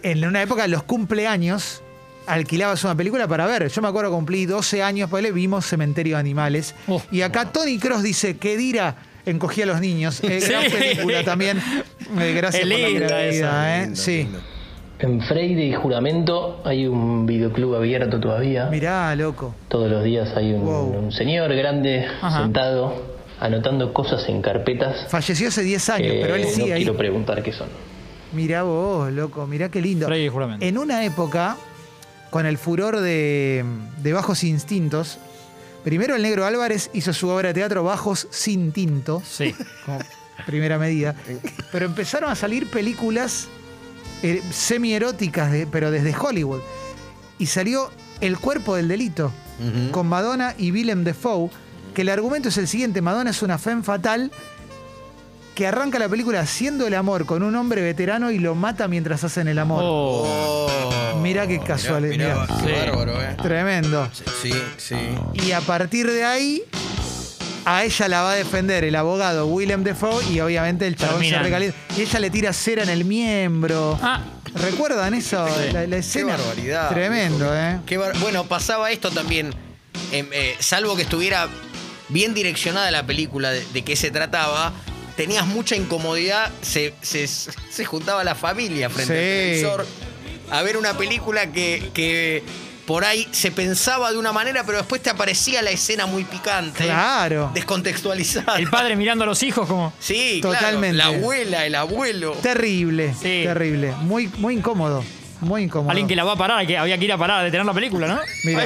Speaker 1: En una época, los cumpleaños, alquilabas una película para ver. Yo me acuerdo, cumplí 12 años, ponele, vimos Cementerio de Animales.
Speaker 3: Oh.
Speaker 1: y acá Tony Cross dice que Dira encogía a los niños. Eh, gran
Speaker 3: Sí.
Speaker 1: película también. Eh, gracias
Speaker 3: Es
Speaker 1: por la
Speaker 3: linda
Speaker 1: creatividad,
Speaker 2: esa.
Speaker 1: ¿eh?
Speaker 2: Lindo,
Speaker 1: sí.
Speaker 2: lindo.
Speaker 10: En Freire y Juramento hay un videoclub abierto todavía.
Speaker 1: Mirá, loco.
Speaker 10: Todos los días hay un,
Speaker 1: Wow.
Speaker 10: un señor grande
Speaker 3: Ajá.
Speaker 10: sentado anotando cosas en carpetas.
Speaker 1: Falleció hace 10 años,
Speaker 3: Eh,
Speaker 10: que
Speaker 1: pero él
Speaker 10: Eh, no
Speaker 1: sigue ahí.
Speaker 10: quiero preguntar qué son.
Speaker 1: Mirá vos, loco, mirá qué lindo.
Speaker 3: Freire y Juramento.
Speaker 1: En una época, con el furor de, de Bajos Instintos, primero el Negro Álvarez hizo su obra de teatro Bajos Sin Tinto,
Speaker 3: Sí.
Speaker 1: como primera medida, pero empezaron a salir películas eh, semieróticas, de- pero desde Hollywood. Y salió El Cuerpo del Delito,
Speaker 2: Ujú.
Speaker 1: con Madonna y Willem Dafoe, que el argumento es el siguiente, Madonna es una fan fatal que arranca la película haciendo el amor con un hombre veterano y lo mata mientras hacen el amor.
Speaker 3: Oh.
Speaker 2: Oh,
Speaker 1: Mirá qué casualidad.
Speaker 2: mirá, qué
Speaker 3: Sí.
Speaker 2: bárbaro, ¿eh?
Speaker 1: Tremendo.
Speaker 2: Sí, sí.
Speaker 1: Y a partir de ahí, a ella la va a defender el abogado Willem Dafoe y obviamente el chabón
Speaker 3: Terminan.
Speaker 1: se recalienta. Y ella le tira cera en el miembro.
Speaker 3: Ah,
Speaker 1: ¿Recuerdan eso? La, la
Speaker 2: Qué
Speaker 1: escena.
Speaker 2: barbaridad.
Speaker 1: Tremendo,
Speaker 2: viejo.
Speaker 1: ¿eh?
Speaker 2: Qué bar- bueno, pasaba esto también. em, eh, salvo que estuviera bien direccionada la película de, de qué se trataba, tenías mucha incomodidad. Se, se- se juntaba la familia frente
Speaker 1: Sí.
Speaker 2: al televisor a ver una película que, que por ahí se pensaba de una manera, pero después te aparecía la escena muy picante.
Speaker 1: Claro.
Speaker 2: Descontextualizada.
Speaker 3: el padre mirando a los hijos como.
Speaker 2: Sí, claro,
Speaker 1: Totalmente.
Speaker 2: la abuela, el abuelo.
Speaker 1: Terrible.
Speaker 3: Sí.
Speaker 1: Terrible. Muy, muy incómodo. Muy incómodo.
Speaker 3: Alguien que la va a parar, que había que ir a parar a detener la película, ¿no?
Speaker 1: Mirá.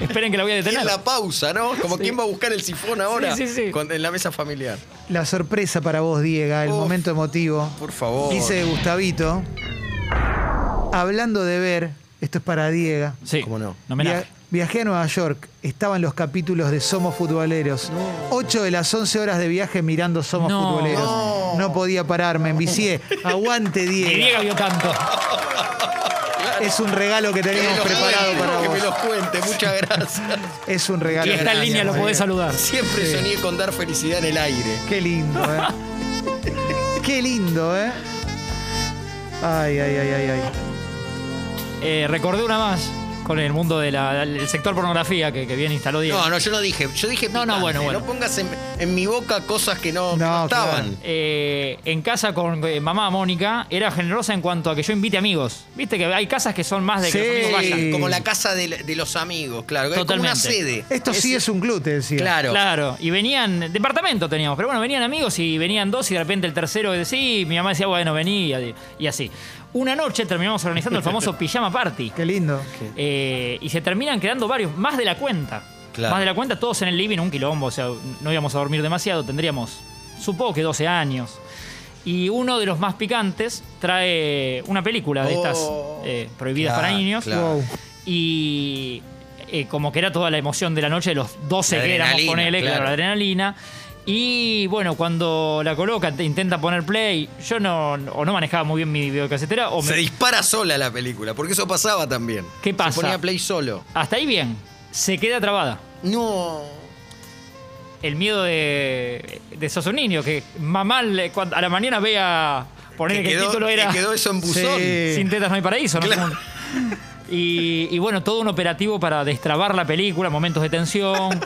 Speaker 3: Esperen que la voy a
Speaker 2: ¿Quién
Speaker 3: detener.
Speaker 2: la pausa, no? Como quién va a buscar el sifón ahora
Speaker 3: Sí, sí, sí.
Speaker 2: cuando- en la mesa familiar.
Speaker 1: La sorpresa para vos, Diego, el
Speaker 2: Uf,
Speaker 1: momento emotivo.
Speaker 2: por favor.
Speaker 1: Dice Gustavito, hablando de ver, esto es para Diego.
Speaker 3: Sí.
Speaker 2: ¿Cómo no?
Speaker 3: Un homenaje.
Speaker 1: Via- viajé a Nueva York, estaban los capítulos de Somos Futboleros. Ocho de las 11 horas de viaje mirando Somos
Speaker 3: No.
Speaker 1: Futboleros.
Speaker 2: No.
Speaker 1: No. podía pararme, envicié. Aguante,
Speaker 3: Ni
Speaker 1: Diego.
Speaker 3: Diego vio tanto.
Speaker 1: Es un regalo que
Speaker 2: Que
Speaker 1: teníamos
Speaker 2: me los
Speaker 1: preparado
Speaker 2: cuente,
Speaker 1: para
Speaker 2: que me los
Speaker 1: vos.
Speaker 2: cuente, muchas gracias.
Speaker 1: Es un regalo.
Speaker 3: Y
Speaker 1: que
Speaker 3: está en
Speaker 1: teníamos.
Speaker 3: línea, lo podés saludar.
Speaker 2: Siempre soñé con dar felicidad en el aire.
Speaker 1: Qué lindo, ¿eh? Qué lindo, ¿eh? Ay, ay, ay, ay, ay.
Speaker 3: Eh, recordé una más con el mundo del sector pornografía que, que bien instaló Diego.
Speaker 2: No, no, yo no dije. Yo dije
Speaker 3: No, no,
Speaker 2: picante.
Speaker 3: bueno, bueno.
Speaker 2: No pongas en, en mi boca cosas que no, que
Speaker 1: No,
Speaker 2: no estaban.
Speaker 3: Eh, en casa con eh, mamá Mónica era generosa en cuanto a que yo invite amigos. Viste que hay casas que son más de que los
Speaker 1: Sí.
Speaker 3: amigos vayan.
Speaker 1: Claro.
Speaker 2: Como la casa de, de los amigos, claro. que es Como una
Speaker 3: Totalmente.
Speaker 2: sede.
Speaker 1: Esto sí es un club, te decía.
Speaker 2: Claro.
Speaker 3: Claro. y venían, departamento teníamos, pero bueno, venían amigos y venían dos y de repente el tercero decía, sí, mi mamá decía, bueno, venía y, y así. Una noche terminamos organizando el famoso pijama party.
Speaker 1: Qué lindo.
Speaker 3: Eh, y se terminan quedando varios, más de la cuenta.
Speaker 2: Claro.
Speaker 3: Más de la cuenta, todos en el living, un quilombo, o sea, no íbamos a dormir demasiado, tendríamos, supongo que 12 años. Y uno de los más picantes trae una película de estas
Speaker 2: Oh,
Speaker 3: eh, prohibidas
Speaker 2: claro,
Speaker 3: para niños.
Speaker 2: claro.
Speaker 1: Wow.
Speaker 3: Y eh, como que era toda la emoción de la noche, de los 12
Speaker 2: La
Speaker 3: que éramos con
Speaker 2: adrenalina,
Speaker 3: él, claro,
Speaker 2: claro.
Speaker 3: la adrenalina. Y bueno, cuando la coloca, te intenta poner play, yo no, o no manejaba muy bien mi videocasetera, o me-
Speaker 2: Se dispara sola la película, porque eso pasaba también.
Speaker 3: ¿Qué
Speaker 2: Se
Speaker 3: pasa?
Speaker 2: ponía play solo.
Speaker 3: hasta ahí bien, se queda trabada.
Speaker 2: No.
Speaker 3: el miedo de, de sos un niño, que mamá le- cuando- a la mañana vea poner que, el título era
Speaker 2: que quedó eso en buzón.
Speaker 1: Sí.
Speaker 3: Sin tetas no hay paraíso, ¿no?
Speaker 2: Claro.
Speaker 3: Como un- Y, y bueno, todo un operativo para destrabar la película, momentos de tensión,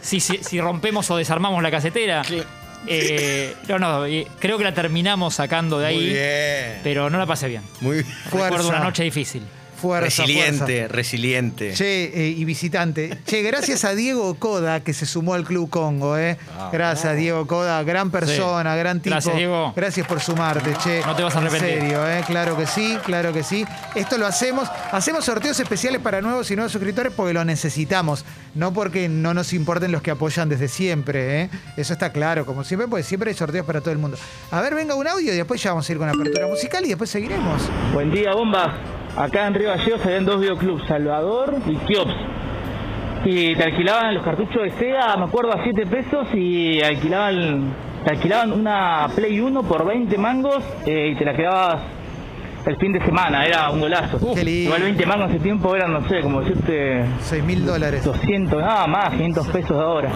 Speaker 3: si, si- si rompemos o desarmamos la casetera.
Speaker 2: Cla-
Speaker 3: Eh, no, no, eh, creo que la terminamos sacando de ahí,
Speaker 2: Muy bien.
Speaker 3: pero no la pasé bien.
Speaker 2: Muy bien.
Speaker 3: Recuerdo
Speaker 1: Fuerza.
Speaker 3: una noche difícil.
Speaker 1: Fuerza,
Speaker 2: resiliente,
Speaker 1: fuerza.
Speaker 2: resiliente.
Speaker 1: Che, eh, y visitante. Che, gracias a Diego Coda que se sumó al Club Congo, ¿eh? Gracias, Diego Coda. Gran persona,
Speaker 3: Ah, Sí.
Speaker 1: gran tipo.
Speaker 3: Gracias, Diego.
Speaker 1: Gracias por sumarte, che.
Speaker 3: No te vas a arrepentir.
Speaker 1: En serio, ¿eh? Claro que sí, claro que sí. Esto lo hacemos. Hacemos sorteos especiales para nuevos y nuevos suscriptores porque lo necesitamos. No porque no nos importen los que apoyan desde siempre, ¿eh? Eso está claro, como siempre, porque siempre hay sorteos para todo el mundo. A ver, venga un audio y después ya vamos a ir con la apertura musical y después seguiremos.
Speaker 11: Buen día, bombas. Acá en Río Gallegos habían dos videoclubs, Salvador y Kiops. Y te alquilaban los cartuchos de Sega, me acuerdo, a 7 pesos y alquilaban, te alquilaban una Play 1 por 20 mangos eh, y te la quedabas, el fin de semana, era un golazo.
Speaker 3: Uh.
Speaker 1: Qué lindo.
Speaker 11: Igual 20 mangos ese tiempo eran, no sé, como decirte
Speaker 1: 6 mil dólares.
Speaker 11: 200, nada más, 500 pesos de ahora.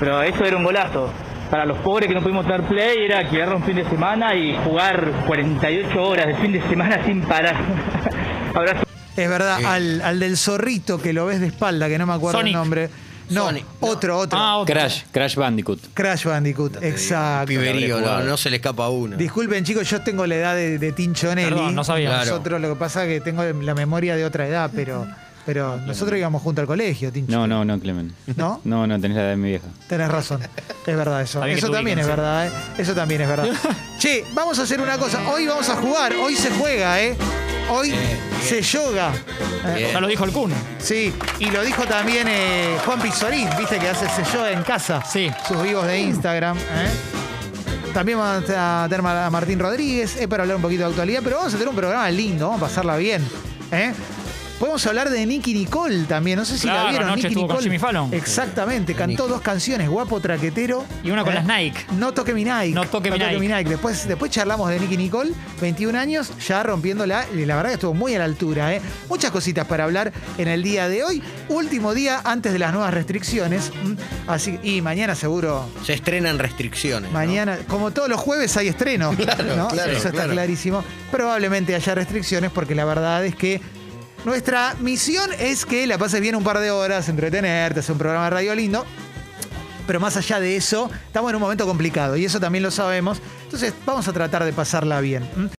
Speaker 11: Pero eso era un golazo. Para los pobres que no pudimos tener play era alquilar un fin de semana y jugar 48 horas de fin de semana sin parar. Abrazo.
Speaker 1: Es verdad, al, al del zorrito que lo ves de espalda, que no me acuerdo
Speaker 3: Sonic.
Speaker 1: el nombre. No,
Speaker 2: Sonic, no.
Speaker 1: otro, otro.
Speaker 3: Ah, ok.
Speaker 4: Crash, Crash Bandicoot.
Speaker 1: Crash Bandicoot, exacto.
Speaker 2: Piberío,
Speaker 4: habré
Speaker 2: no,
Speaker 4: jugado.
Speaker 2: no se le escapa uno.
Speaker 1: Disculpen, chicos, yo tengo la edad de, de Tinchonelli.
Speaker 3: Perdón, no sabía.
Speaker 2: Claro.
Speaker 1: Nosotros lo que pasa es que tengo la memoria de otra edad, pero, pero nosotros íbamos junto al colegio, Tincho.
Speaker 4: No, no, no, Clemen.
Speaker 1: ¿No?
Speaker 4: No, no, tenés la edad de mi vieja.
Speaker 1: Tenés razón. Es verdad eso.
Speaker 3: Está bien que
Speaker 1: Eso
Speaker 3: te
Speaker 1: también es
Speaker 3: ubican,
Speaker 1: verdad, ¿eh? Eso también es verdad. che, vamos a hacer una cosa. Hoy vamos a jugar. Hoy se juega, ¿eh? Hoy se yoga. Eh,
Speaker 2: Bien.
Speaker 3: Ya lo dijo el Kun.
Speaker 1: Sí, y lo dijo también eh, Juan Pizorín, viste que hace ese yoga en casa.
Speaker 3: Sí.
Speaker 1: Sus vivos de Instagram. ¿eh? También vamos a tener a Martín Rodríguez eh, para hablar un poquito de actualidad, pero vamos a tener un programa lindo, vamos a pasarla bien. ¿eh? Podemos hablar de Nicky Nicole también, no sé si
Speaker 3: Claro,
Speaker 1: la vieron.
Speaker 3: anoche
Speaker 1: Nicky
Speaker 3: estuvo con
Speaker 1: Nicole.
Speaker 3: Jimmy Fallon.
Speaker 1: Exactamente, cantó dos canciones, Guapo Traquetero.
Speaker 3: Y una con
Speaker 1: ¿eh?
Speaker 3: las Nike.
Speaker 1: No toque mi Nike.
Speaker 3: No toque mi Nike.
Speaker 1: Después, después charlamos de Nicky Nicole, 21 años, ya rompiéndola. Y la verdad que estuvo muy a la altura. ¿eh? Muchas cositas para hablar en el día de hoy. Último día antes de las nuevas restricciones. mm, Así, y mañana seguro.
Speaker 2: Se estrenan restricciones. ¿no?
Speaker 1: Mañana, como todos los jueves hay estreno.
Speaker 2: Claro,
Speaker 1: ¿no?
Speaker 2: claro,
Speaker 1: Eso está
Speaker 2: claro.
Speaker 1: clarísimo. Probablemente haya restricciones porque la verdad es que nuestra misión es que la pases bien un par de horas, entretenerte, hacer un programa de radio lindo. Pero más allá de eso, estamos en un momento complicado y eso también lo sabemos. Entonces vamos a tratar de pasarla bien. ¿m?